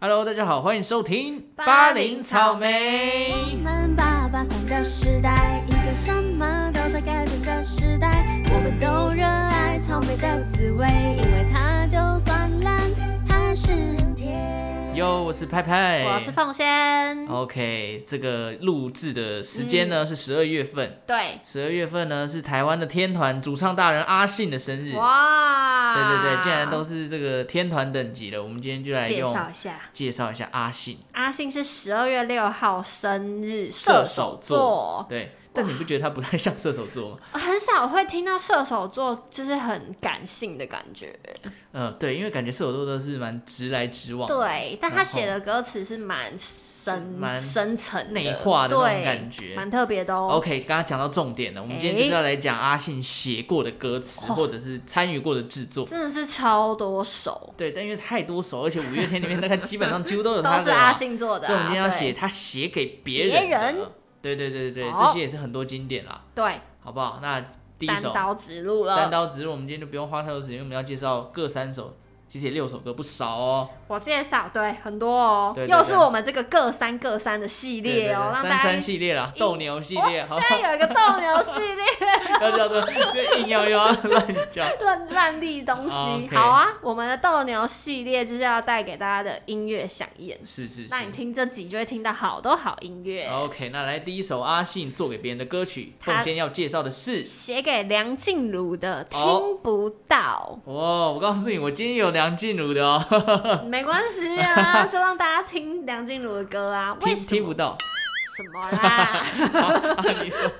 Hello，大家好，欢迎收听巴零林草草莓。我们爸爸桑的时代，一个什么都在改变的时代。我们都热爱草莓的滋味，因为它就算烂，还是很甜。哟，我是派派，我是凤仙， OK，这个录制的时间嗯呢、是十二月份，对，十二月份呢是台湾的天团主唱大人阿信的生日。哇对对对，既然都是这个天团等级了，我们今天就来介用绍一下，介绍一下阿信阿信是十二月六号生日，射手射手座座。。对，但你不觉得他不太像射手座吗？很少会听到射手座就是很感性的感觉，嗯、对，因为感觉射手座都是蛮直来直往的，对，但他然写后的歌词是蛮深、蛮深层的内化的那种对感觉蛮特别的哦。 OK，刚刚讲到重点了，我们今天就是要来讲阿信写过的歌词，哎哦或者是参与过的制作。真的是超多首，对，但因为太多首，而且五月天里面大概基本上几乎都有都他的是啦阿信做的、啊。所以我们今天要对写他写给别别人的。人对对对对对，好这些也是很多经典啦，对好不好？那第一单首刀直入单了。刀直入，我们今天就不用花太多时间，因为我们要介绍各三首，其实也六首歌不少哦。我介绍对很多哦，对对又对是我们这个各三各三的系对对列对哦，，让三大家三系列啦，一斗牛系哦列，好现不好？在有一个斗牛系 列要叫做 就硬要又要乱叫。烂烂地东西。 OK 好啊，我们的斗牛系列就是要带给大家的音乐响宴。是哦是是那。你听这集就会听到好多好音乐。 OK，那来第一首阿信做给别人的歌曲，他奉先要介绍的是。写给梁静茹的，哦听不 到，哦，我告诉你，我今天有梁静茹的哦，没关系 啊，就让大家听梁静茹的歌啊。听为什 听么不 到。什么啦？啊你说，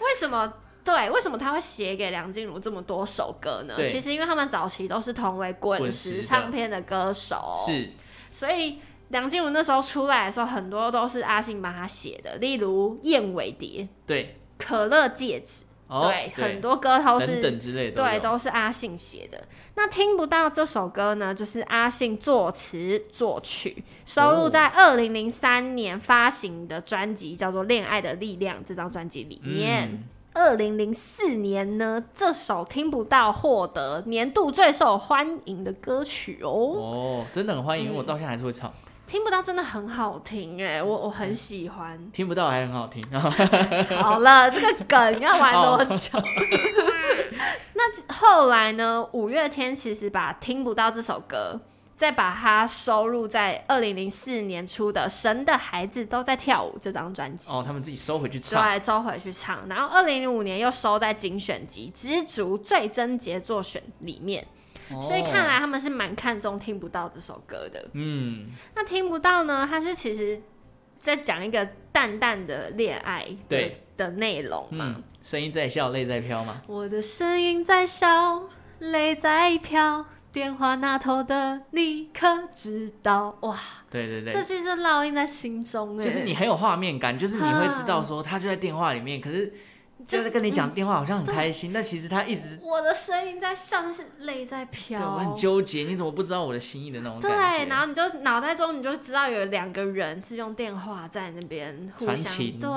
为什么？对，为什么他会写给梁静茹这么多首歌呢？对其实因为他们早期都是同为滚滚石的石唱片的歌手，，是所以梁静茹那时候出来的时候，很多都是阿信帮他写的，例如《燕尾蝶》对， 《可乐戒指》哦，对，很多歌都是等等之类的，对，。都是阿信写的。那听不到这首歌呢，就是阿信作词作曲，收录哦在二零零三年发行的专辑叫做《恋爱的力量》这张专辑里面。嗯，二零零四年呢，这首《听不到》获得年度最受欢迎的歌曲哦。哦，真的很欢迎，因为我到现在还是会唱，。听不到真的很好听哎、我我很喜欢 听不到还很好听。好了，这个梗要玩多久？ 那后来呢？五月天其实把《听不到》这首歌，再把它收录在二零零四年出的《神的孩子都在跳舞》这张专辑。哦，他们自己收回去唱，对，周回去唱，然后二零零五年又收在精选集《知足最真杰作选》里面，所以哦看来他们是蛮看重听不到这首歌的。嗯，那听不到呢，它是其实在讲一个淡淡的恋爱的对的内容嘛。嗯，声音在笑，泪在飘嘛。我的声音在笑，泪在飘，电话那头的你可知道？哇，对对这对，句是烙印在心中哎，就是你很有画面感，就是你会知道说他就在电话里面，可是就嗯就是是跟你讲电话好像很开心，但其实他一直我的声音在笑，但是泪在对我很飘。纠结，你怎么不知道我的心意的那种感觉？对，然后你就脑袋中你就知道有两个人是用电话在那边互传相情对，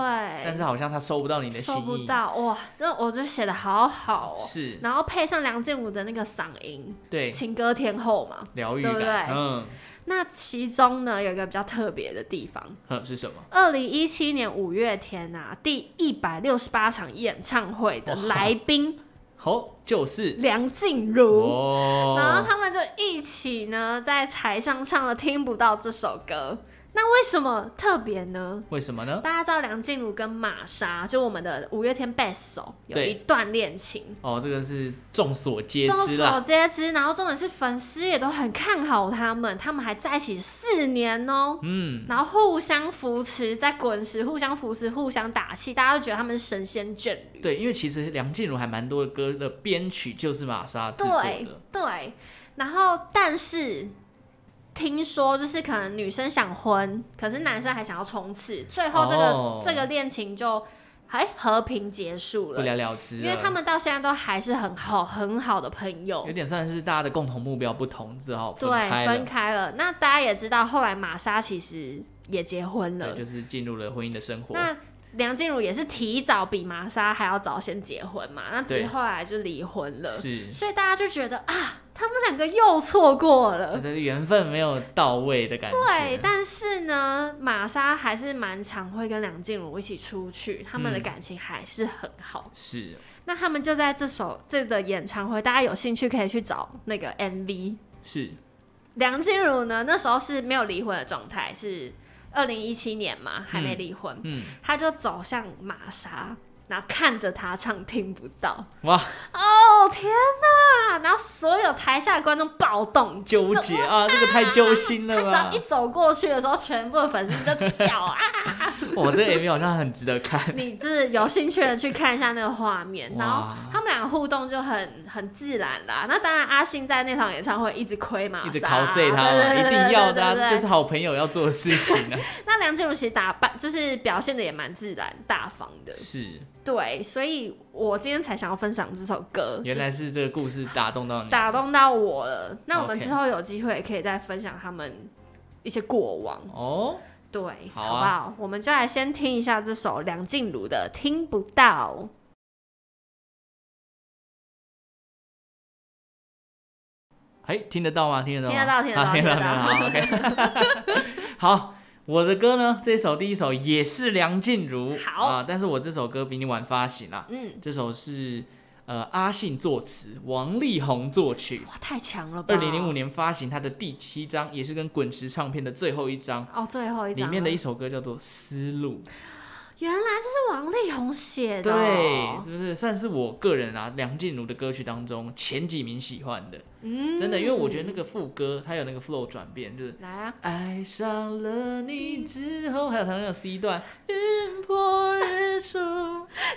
但是好像他收不到你的心收不意，到哇，这我就写的好好哦。是然后配上梁静茹的那个嗓音，对情歌天后嘛。疗愈对不感，对嗯，那其中呢，有一个比较特别的地方，呵是什么？二零一七年五月天啊，第一百六十八场演唱会的哇来宾哦，就是梁静茹，然后哦，他们就一起呢在台上唱了《听不到》这首歌。那为什么特别呢？为什么呢？大家知道梁静茹跟玛莎，就我们的五月天贝斯手，有对一段恋情，哦，这个是众所皆众知啦所，皆知。然后重点是粉丝也都很看好他们，他们还在一起四年哦、嗯，然后互相扶持，在滚石互相扶持、互相打气，大家都觉得他们是神仙眷侣。对，因为其实梁静茹还蛮多的歌的编曲就是玛莎制作对的，对，然后但是听说就是可能女生想婚，可是男生还想要冲刺，最后这个、哦这个恋情就哎和平结束不了了，了之因了，为他们到现在都还是很好很好的朋友有。点算是大家的共同目标不同，只好对，开分了，开了。那大家也知道，后来玛莎其实也结婚了对，，就是进入了婚姻的生活，那梁静茹也是提早比玛莎还要早先结婚嘛，那只对是后来就离婚了，是，所以大家就觉得啊，他们两个又错过那了。这缘分没有到位的感觉。对，但是呢，玛莎还是蛮常会跟梁静茹一起出去，他们的嗯感情还是很好。是那他们就在这首这个演唱会，大家有兴趣可以去找那个 MV。是梁静茹呢，那时候是没有离婚的状态，是二零一七年嘛，还没离婚。嗯，她就走向玛莎，然后看着她唱《听不到哇，》。哦天哪！然后所有台下的观众暴动。纠结啊，这个太揪心她了只要吧一！走过去的时候，全部的粉丝就叫啊！ 哇，这个 MV 好像很值得看。你就是有兴趣的去看一下那个画面，然后哇他们两个互动就很很自然啦。那当然，阿信在那场演唱会一直亏玛莎，一直 cos 他嘛，对一定要的、对对对对啊，对这就是好朋友要做的事情 啊。那梁静茹其实打扮就是表现的也蛮自然大方的，是，对，所以我今天才想要分享这首歌，原来是这个故事打动到就是你，打动到我了。那我们 OK 之后有机会也可以再分享他们一些过往，哦，对，好好不啊好？我们就来先听一下这首梁静茹的《听不到》。哎，听得到吗？听得到吗？听得到听得到啊听得听得到到。好，OK。好， 我的歌呢，这首第一首也是梁静茹，好啊，但是我这首歌比你晚发行啊，嗯，这首是呃阿信作词，王力宏作曲。哇，太强了吧！二零零五年发行他的第七张，也是跟滚石唱片的最后一张，哦，最后一里张面的了一首歌叫做《思路》。原来这是王力宏写的、对，哦，是不是算是我个人啊？梁静茹的歌曲当中前几名喜欢的，嗯真的，因为我觉得那个副歌它有那个 flow 转变，就是来啊，爱上了你之后，还有它那个 C 段，云破日出，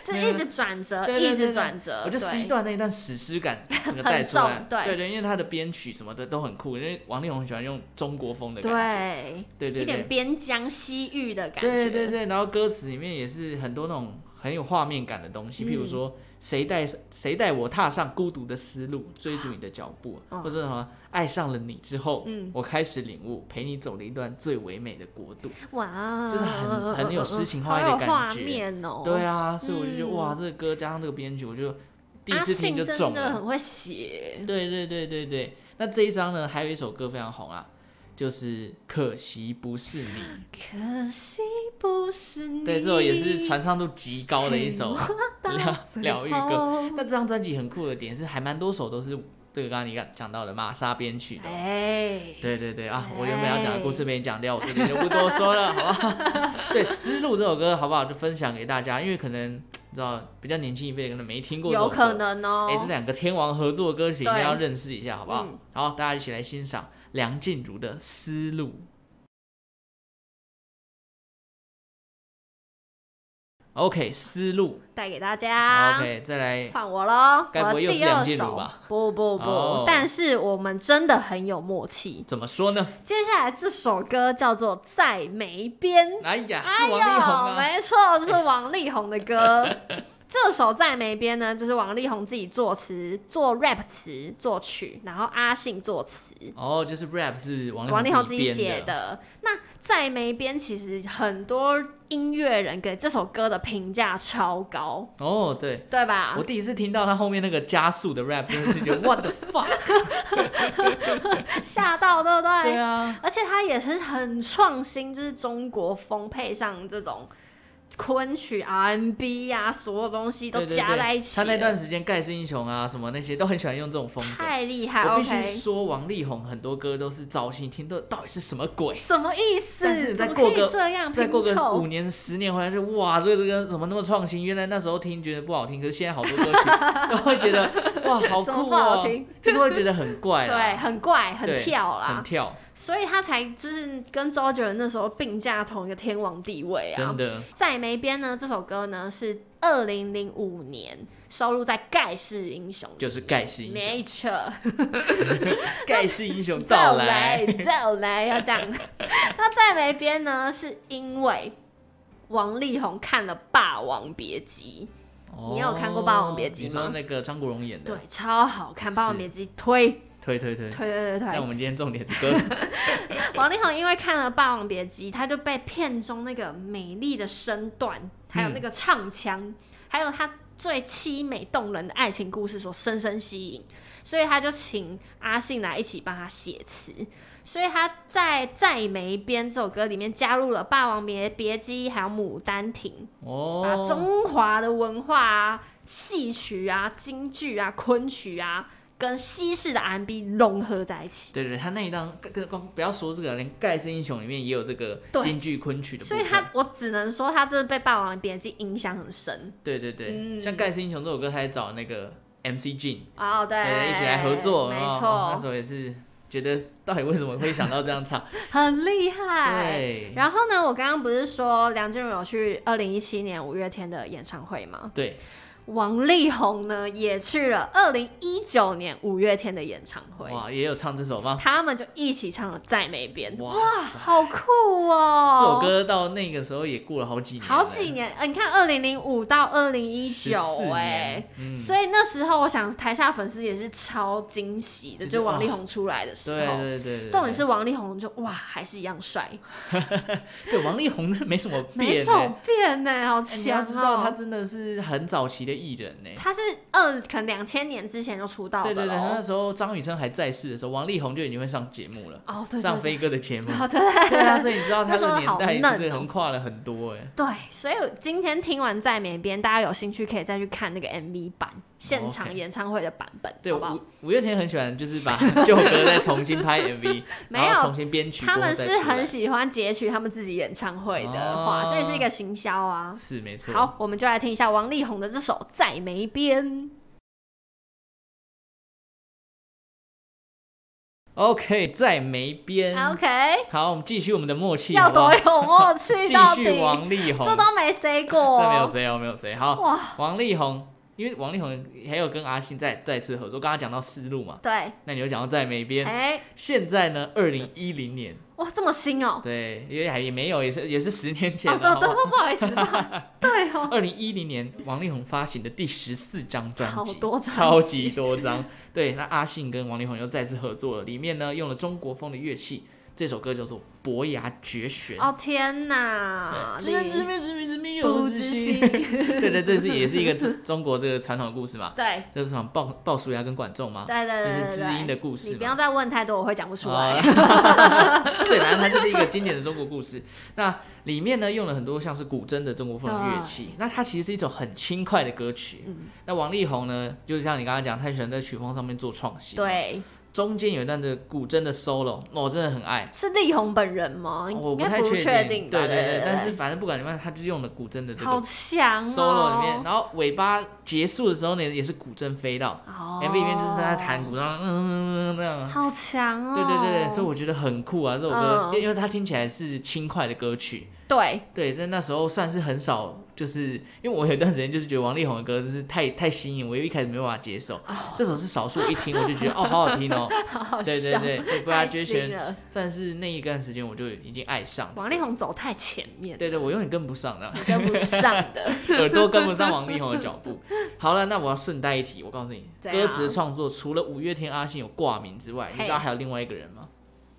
是一直转折，对对对一直转折，我觉得呃对 C 段那一段史诗感整个带出来很重，对对对，因为它的编曲什么的都很酷，因为王力宏很喜欢用中国风的感对，觉，对一对点对，边疆西域的感觉。对对对，然后歌词里面也是很多那种很有画面感的东西，譬嗯如说谁带谁带我踏上孤独的思路，追逐你的脚步，哦或者什么爱上了你之后，嗯我开始领悟，陪你走了一段最唯美的国度。哇，就是很很有诗情画意好的有感画觉面哦。对啊，所以我就觉得、嗯哇，这个歌加上这个编曲，我就第一阿次听信就真中的了。很会写。对对对对对，那这一张呢，还有一首歌非常红啊，就是《可惜不是你》。可惜不是你。对，这首也是传唱度极高的一首 疗疗愈歌。歌。那这张专辑很酷的点是，还蛮多首都是这个刚刚你讲到的玛莎编曲的。哎，对对对啊！我原本要讲的故事被你讲掉，我这边就不多说了，好不好？ 对，《思路》这首歌好不好？就分享给大家，因为可能你知道比较年轻一辈的可能没听过，有可。能哦哎、。这两个天王合作的歌曲一定对要认识一下，好不好？嗯好，大家一起来欣赏梁静茹的《思路》。OK，思路。带给大家。 OK，再来。换我喽，该不我会又是第梁二静茹首吧不不哦不，但是我们真的很有默契。怎么说呢？接下来这首歌叫做《在梅边》，哎呀，哎是呦，王力宏啊！没错，就是王力宏的歌。 这首《在梅边》呢，就是王力宏自己作词、做 rap 词、作曲，然后阿信作词，哦，就是 rap 是王力王力宏自己编写。的。那《在梅边》其实很多音乐人给这首歌的评价超高，哦，对，对吧 我？第一次听到他后面那个加速的 rap，真的是觉得 what the fuck？吓到，对不对？对啊，而且他也是很创新，就是中国风配上这种昆曲、R&B 呀、啊所有东西都对对加对在一起他了。那段时间盖世英雄啊什么那些都很喜欢用这种风格。太厉害我必须，OK？说，王力宏很多歌都是造型听都到底是什么 鬼？什么意但是思？你再怎么过可个以这样再拼过个五凑？年、十年回来就哇，这个这个怎么那么创新？原来那时候听觉得不好听，可是现在好多歌 曲都会觉得哇，好什么酷不好哦、听 就是会觉得很怪对，啦，很怪，很对跳很啦，跳，所以他才就是跟周杰伦那时候并驾同一个天王地位啊真。的在梅边呢，这首歌呢是二零零五年收录在《盖世英雄》就是盖世英雄，没 错。盖世英雄到来再来，再来，要这样。 那在梅边呢，是因为王力宏看了《霸王别姬哦你有看过霸王别姬你说吗那个张国荣演》，对的，，超好看，《是霸王别姬》推推推推。推推推但我推。们今天重点是 歌手，王力宏因为看了《霸王别姬》，他就被片中那个美丽的身段还有那个唱腔，还有他最凄美动人的爱情故事所深深吸引，所以他就请阿信来一起帮他写词。所以他在《再没边》这首歌里面加入了《霸王别别姬》还有《牡丹亭》。把哦，中华的文化啊、戏曲啊、京剧啊、昆曲啊，跟西式的 R&B 融合在一起。对对，他那一档，跟光不要说这个，连《盖世英雄》里面也有这个对京剧昆曲的部所分。以他，我只能说他真的被《霸王别姬》影响很深。对对对，嗯像《盖世英雄》这首歌，他还找那个 MC Jin 哦，对，对一起来合作，没有没有哦那时错，候也是觉得到底为什么会想到这样唱？很厉害。对然后呢，我刚刚不是说梁静茹有去二零一七年五月天的演唱会吗？对，王力宏呢也去了二零一九年五月天的演唱会，哇，也有唱这首吗？他们就一起唱了《再没边》。哇塞，好酷哦！这首歌到那个时候也过了好几年了，好几年，呃、你看二零零五到二零一九， 14哎年，，嗯，所以那时候我想台下粉丝也是超惊喜就哦的，就是王力宏出来的时对候。对对对，重点是王力宏就哇，还是一样帅，对对王力宏这没什么变欸，没什么变呢、好哎你要强知道，他哦、真的是很早期的艺人呢。他是二可能两千年之前就出道对的对对，他那了，时候张雨生还在世的时候，王力宏就已经会上节目了，哦对对上对，飞哥的节 目。 哦对对对啊，所以你知道他那时候的年好代嫩其实哦横跨了很多哎。对，所以我今天听完再没边，大家有兴趣可以再去看那个 MV 版，现场哦 OK 演唱会的版本，对，好不好五？五月天很喜欢就是把旧歌再重新拍 MV， 没有然后重新编曲过后他再们出来，是很喜欢截取他们自己演唱会的话，哦这也是一个行销啊。是没错。好，我们就来听一下王力宏的这首《再没边》。 ，OK，在没边。 OK，好，我们嗯继续我们的默契，要好不好多？有默契到继底，续王力宏，这都没 say 这没有过。谁哦，没有谁。好，哇，王力宏，因为王力宏还有跟阿信再再次合作，刚刚讲到思路嘛，对，那你就讲到在美边。哎、现在呢，二零一零年，哇，这么新哦、对，因为还也没有，也是也是十年前啊哦，对了。对，不好意思，不好意 思，对哦、二零一零年，王力宏发行的第十四张专好辑，多专辑超级多张。对，那阿信跟王力宏又再次合作了，里面呢用了中国风的乐器，这首歌叫做《伯牙绝弦》。哦天哪，知人知你面，知面知面不又知知心心。， 对对，这是也是一个中中国这个传统的故事嘛，对就是讲鲍鲍叔牙跟管仲嘛，对对对对就对，是知音的故事你不嘛要。再问太多，我会讲不出来。啊 对，反正它就是一个经典的中国故事。那里面呢用了很多像是古筝的中国风的乐器，那它其实是一首很轻快的歌曲。嗯那王力宏呢，就是像你刚刚讲，他喜欢在曲风上面做创新。，对，中间有一段的古筝的 solo，我、哦真的很爱。是力宏本人吗？哦我应不该太不确定，吧对对对，但是反正不管怎么样，他就用了古筝的这好个强哦 solo 里面，然后尾巴结束的时候呢，也是古筝飞到。哦 MV 里面就是在弹鼓，然后嗯嗯嗯嗯那样。好强哦！对对对对，所以我觉得很酷啊，这首歌，嗯因因为它听起来是轻快的歌曲。对对，在那时候算是很少，就是因为我有一段时间就是觉得王力宏的歌就是太太新颖，我又一开始没有办法接受。这首是少数一听我就觉得哦，好好听哦。哦 好好对对笑，对，所以不太要觉新弦了。算是那一段时间我就已经爱上了。王力宏走太前面，对对，我永远跟不上的。你跟不上的。耳朵跟不上王力宏的脚步。 好了，那我要顺带一提，我告诉你，怎样歌词的创作除了五月天、阿信有挂名之外，你知道嘿还有另外一个人吗？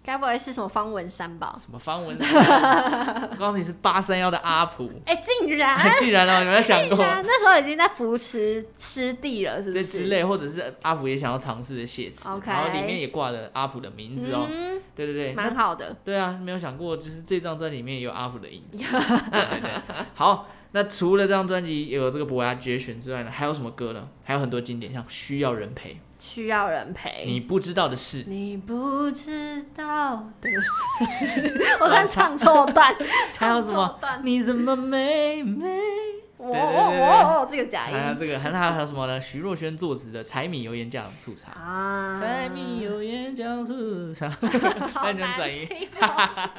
该不会是什么方文山吧？什么方文山？ 我告诉你是八三幺的阿普，哎，竟 然居然哦、有没有想竟过？然那时候已经在扶持师弟了，是不这是？之类，或者是阿普也想要尝试的写词 OK 然后里面也挂了阿普的名字哦。嗯，对对对，蛮好的。对啊，没有想过，就是这张专辑里面也有阿普的影 子。对对对，好，那除了这张专辑有这个《伯牙绝弦》之外呢，还有什么歌呢？还有很多经典，像《需要人陪》。需要人陪。你不知道的 事，你不知道的事， 我刚唱错 段，还有唱什错么段？？你怎么美美？我对我对对我哦我这个假还有音这个，还有还有什么呢？徐若瑄作词的《柴米油盐酱醋茶》。啊，柴 米油盐酱醋茶，好那你能转难移听。 啊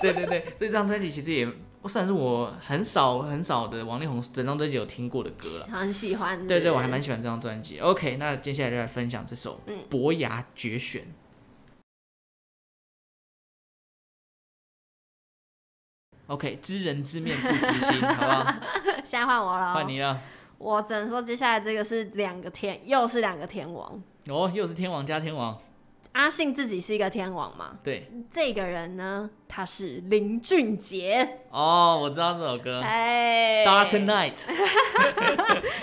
对对对，所以这张专辑其实也算是我很少很少的王力宏整张专辑有听过的歌了。很喜欢是不是。对对，我还蛮喜欢这张专辑。OK，那接下来就来分享这首嗯《伯牙绝弦》。OK，知人知面不知 心，好不好？现在换我了，哦换。你了。我只能说，接下来这个是两个天，又是两个天王。哦，又是天王加天王，阿信自己是一个天王嘛，对，这个人呢，他是林俊杰，哦，我知道这首歌《哎 Dark Night》，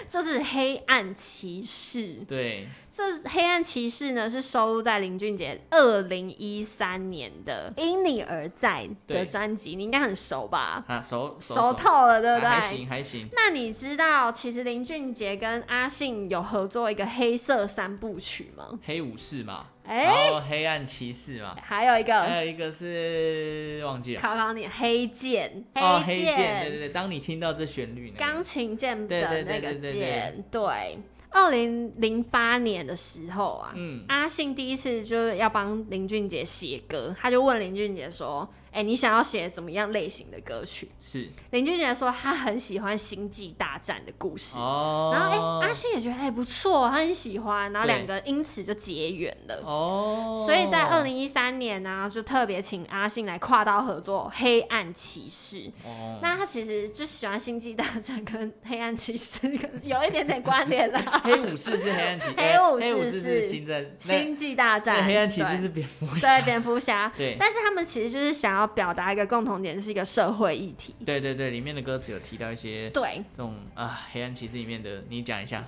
就是黑暗骑士。对，这《黑暗骑士》呢，是收录在林俊杰二零一三年的《因你而在》的对专辑，你应该很熟吧？啊，熟熟透了，对不对？啊还行还行，那你知道其实林俊杰跟阿信有合作一个黑色三部曲吗？黑武士嘛，哎、然后黑暗骑士嘛，还有一个还有一个是忘记了，考考你，黑剑，哦，黑剑，对对对，当你听到这旋律，那钢个琴键对的对那对个对对对键，对。二零零八年的时候啊，嗯，阿信第一次就是要帮林俊杰写歌，他就问林俊杰说：“哎、你想要写怎么样类型的歌曲是？”林俊杰说他很喜欢《星际大战》的故事，哦，然后哎、阿信也觉得哎、不错，他很喜欢，然后对两个因此就结缘了。哦，所以在二零一三年呢、啊就特别请阿信来跨刀合作《黑暗骑士》。哦，那他其实就喜欢《星际大战》跟《黑暗骑士》可能有一点点关联 啦，黑武士是黑暗骑， 黑呃武士黑武士是是新战， 《那星际大战那》黑暗骑士对是蝙蝠侠对，蝙蝠侠。对但是他们其实就是想要表达一个共同点，就是一个社会议题。对对对，里面的歌词有提到一些对，这种啊，黑暗骑士里面的，你讲一下。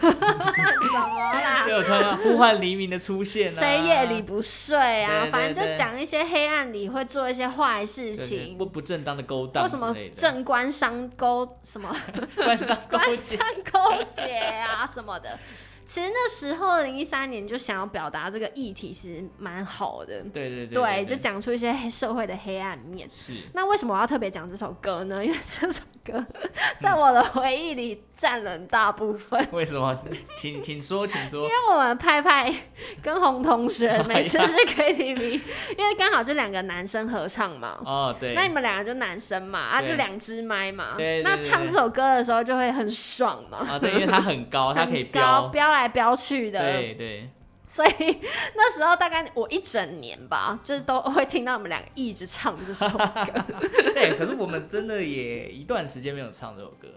什么啦？对，我突然要呼唤黎明的出现、啊，深啊夜里不睡啊，对对反正就对讲一些黑暗里会做一些坏事对对情，不不正当的勾当或之什么类的，正官商勾 什么官商勾官结商，勾结啊什么的。其实那时候零一三年就想要表达这个议题，其实蛮好的。对对对对，就对讲出一些黑社会的黑暗面。是那为什么我要特别讲这首歌呢？ 因为这首歌在我的回忆里占了很大部分。为什么？ 请请说，请说 因。为我们派派跟洪 同学每次去 KTV，因为刚好就两个男生合唱嘛，哦，对那，你们两个就男生嘛，啊对就两支麦嘛，对对那对唱这对首歌的时候就会很爽嘛，啊，对，因为它很高，它可以 很高飙，飙来飙去的，对对， 所以 那时候大概我一整年吧，就是都会听到我们两个一直唱这首歌，对。可是我们真的也一段时间没有唱这首歌，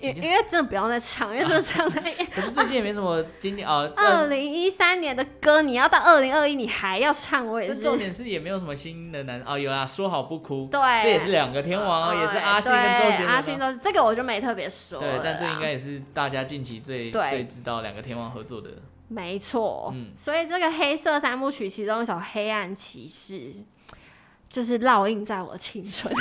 因因为真的不要再唱， 因为真 的唱太可是最近也没什么经典 啊。二这零一三年的歌，你要到二零二一你还要唱，我也这是。重点是也没有什么新的男啊，有啦，说好不哭，对这也是两个天王，啊也是阿信跟周杰哦哎对伦阿啊。信都是这个我就没特别说了对啦。，但这应该也是大家近期最对最知道两个天王合作的。没错。嗯所以这个黑色三部曲其中一首《黑暗骑士》，就是烙印在我青 春，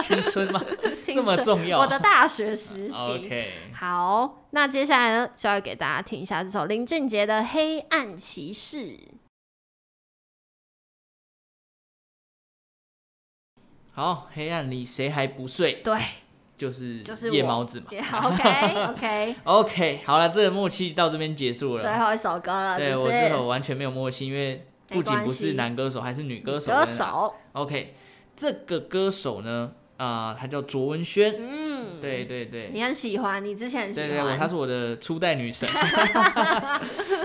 青春 吗？青这春么重要？我的大学时期。 OK，好，那接下来呢，就要给大家听一下这首林俊杰的《黑暗骑士》。好，黑暗里谁还不睡？对，就是就是我夜猫 子嘛。 OK OK， OK，好了，这个默契到这边结束最了。后一首歌了，啊对就我是这首完全没有默契，因为不仅没关不系是男歌手，还是女歌手。歌。手， OK，这个歌手呢，啊，他叫卓文萱。嗯，对对对。你很喜欢，你之前很喜对欢，对，我她是我的初代女 神。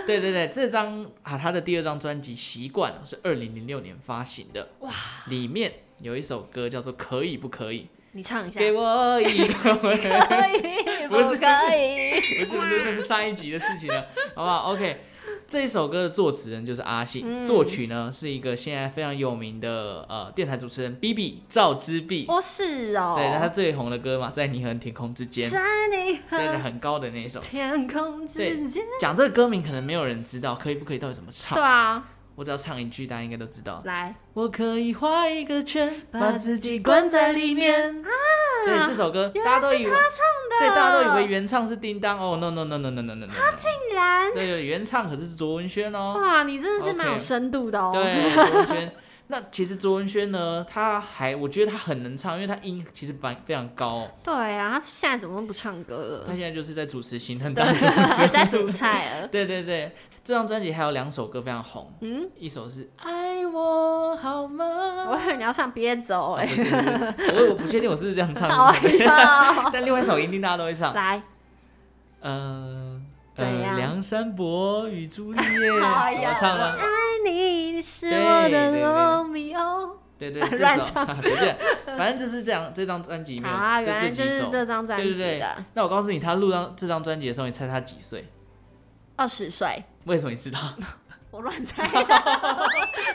对对对，这张啊，她的第二张专辑《习惯》是二零零六年发行的。哇，里面有一首歌叫做《可以不可以》，你唱一下，给我一个吻。可以 不是不可 以？不是不是，那是上一集的事情了，好不好？OK，这一首歌的作词人就是阿信，嗯作曲呢是一个现在非常有名的呃电台主持人 B B 赵之璧，哦，是哦，对，他最红的歌嘛，在你和天空之间，在你对，对和很高的那一首。天空之间，讲这个歌名可能没有人知道，可以不可以到底怎么对唱？啊，我只要唱一句，大家应该都知道。来，我可以画一个圈，把自己关关在里面。啊对这首歌，大家都以为对，大家都以为原唱是叮当哦，no no no no no no no no，他竟然， 对，原唱可是卓文萱哦。哇，你真的是蛮有 OK 深度的哦，对，卓文萱。那其实卓文萱呢，她还我觉得她很能唱，因为她音其实蛮非常高、哦。对啊，他现在怎么都不唱歌她了？现在就是在主持《行程对当中。， 还 在煮菜了，对对对，这张专辑还有两首歌非常红，嗯，一首是《爱我好吗》我以为你要唱别走哦， 哎，不是，不是我我不确定我是不是这样唱， 好是不是 呀，但另外一首一定大家都会唱。来，呃，怎样呃，梁山伯与朱丽叶 哎怎呀么唱啊？爱你，你是对我的对对罗密欧。对 对，这乱首 唱对对，反正就是这样，这张专辑里面有啊，这原这来就几是首。这张专对辑对对的，那我告诉你，他录张这张专辑的时候，你猜他几岁？二十岁， 为什么你知道？我乱猜的，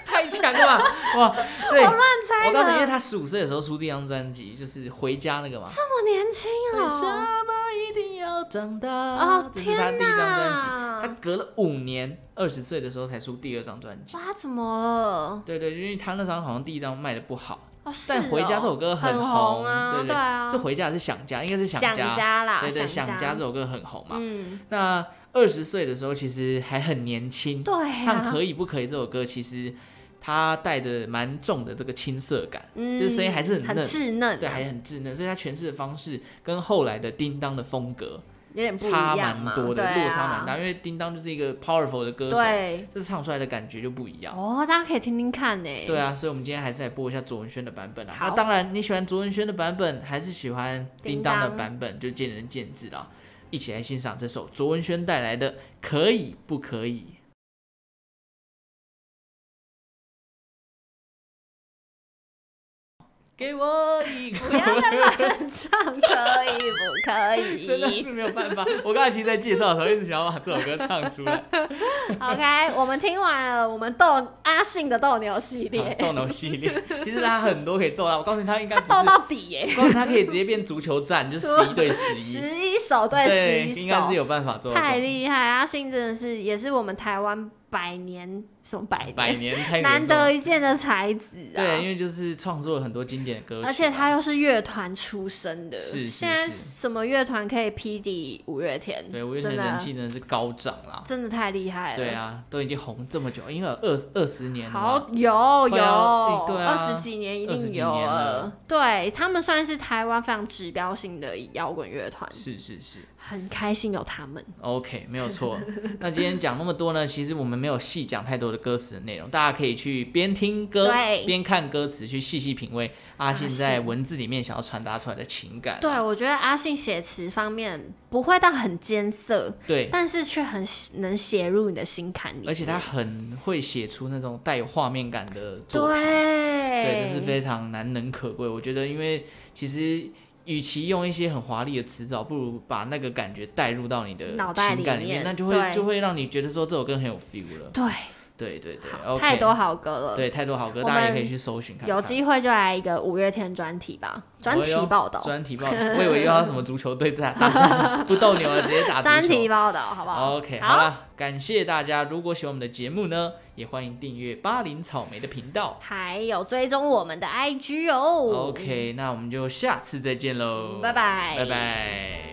太强了吧， 哇！ 对，我乱啊猜我的，告诉你，因为他十五岁的时候出第一张专辑，就是《回家》那个嘛。这么年轻为什哦、么一定要长大？哦啊这是他第一张专辑，天哪他隔了五年，二十岁的时候才出第二张专辑。哇，他怎么了？对对，因为他那张好像第一张卖的不好，哦，是但《回家》这哦首歌很红，啊，对对啊，是《回家》还是想家，应该是想家。家啦，对对，啊想想家这首歌很红嘛。嗯，那二十岁的时候其实还很年轻，对、啊，唱《可以不可以》这首歌，其实他带着蛮重的这个青涩感，嗯，就是声音还是很很嫩稚嫩啊，对，还很稚嫩，所以他诠释的方式跟后来的叮当的风格有点不一差样蛮嘛，多的，对啊落差蛮大，因为叮当就是一个 powerful 的歌手，对，这唱出来的感觉就不一样。哦，大家可以听听看呢，对啊，所以我们今天还是来播一下卓文萱的版本啊。好那当然，你喜欢卓文萱的版本，还是喜欢叮当的叮当版本，就见仁见智啦。一起来欣赏这首卓文萱带来的《可以不可以》。给我一个，不要再乱唱，可以不可 以？真的是没有办法。我刚才其实在介绍的时候，一直想要把这首歌唱出来。 OK，我们听完了我们斗阿信的斗牛系好列，斗牛系列，其实他很多可以斗到。我告诉你，他应该他不斗是到底耶，光他可以直接变足球战，就是十一对十一，十一手对对，十应一该是手，有办法做到这太种。厉害！阿信真的是也是我们台湾百年什么百百年年 太严重难得一见的才子啊！对，因为就是创作了很多经典的歌曲嘛，啊而且他又是乐团出身的，是是现在是什么乐团可以匹敌五月天？对五月天真的人的气真的是高涨啦。真的太厉害了。对啊，都已经红这么久，应该有二二十年了好嘛。有有快要对啊二十几年一20定几有年了了。对他们算是台湾非常指标性的摇滚乐团，是是是很开心有他们。 ，OK，没有 错。那今天讲那么多呢，其实我们没有细讲太多的歌词的内容，大家可以去边听歌对啊边看歌词，去细细品味阿信阿信在文字里面想要传达出来的情感啊。对，我觉得阿信写词方面不会到很艰涩，对，但是却很能写入你的心坎里面。而且他很会写出那种带有画面感的作品，对对，这是非常难能可贵。我觉得，因为其实与其用一些很华丽的词藻，不如把那个感觉带入到你的脑袋情感里里面那就对会就会让你觉得说这首歌很有 feel 了。对，对对对好，OK，太多好歌了。对太多好歌，我们大家也可以去搜寻看看。有机会就来一个五月天专题吧，专哎题呦报道，专题报道，我以为又要什么足球对战，打仗不斗牛了，直接啊打足球。专题报道，好不好 OK，好了，感谢大家。如果喜欢我们的节目呢，也欢迎订阅巴林草莓的频道。还有追踪我们的 IG 哦。 OK，那我们就下次再见喽，拜拜拜拜。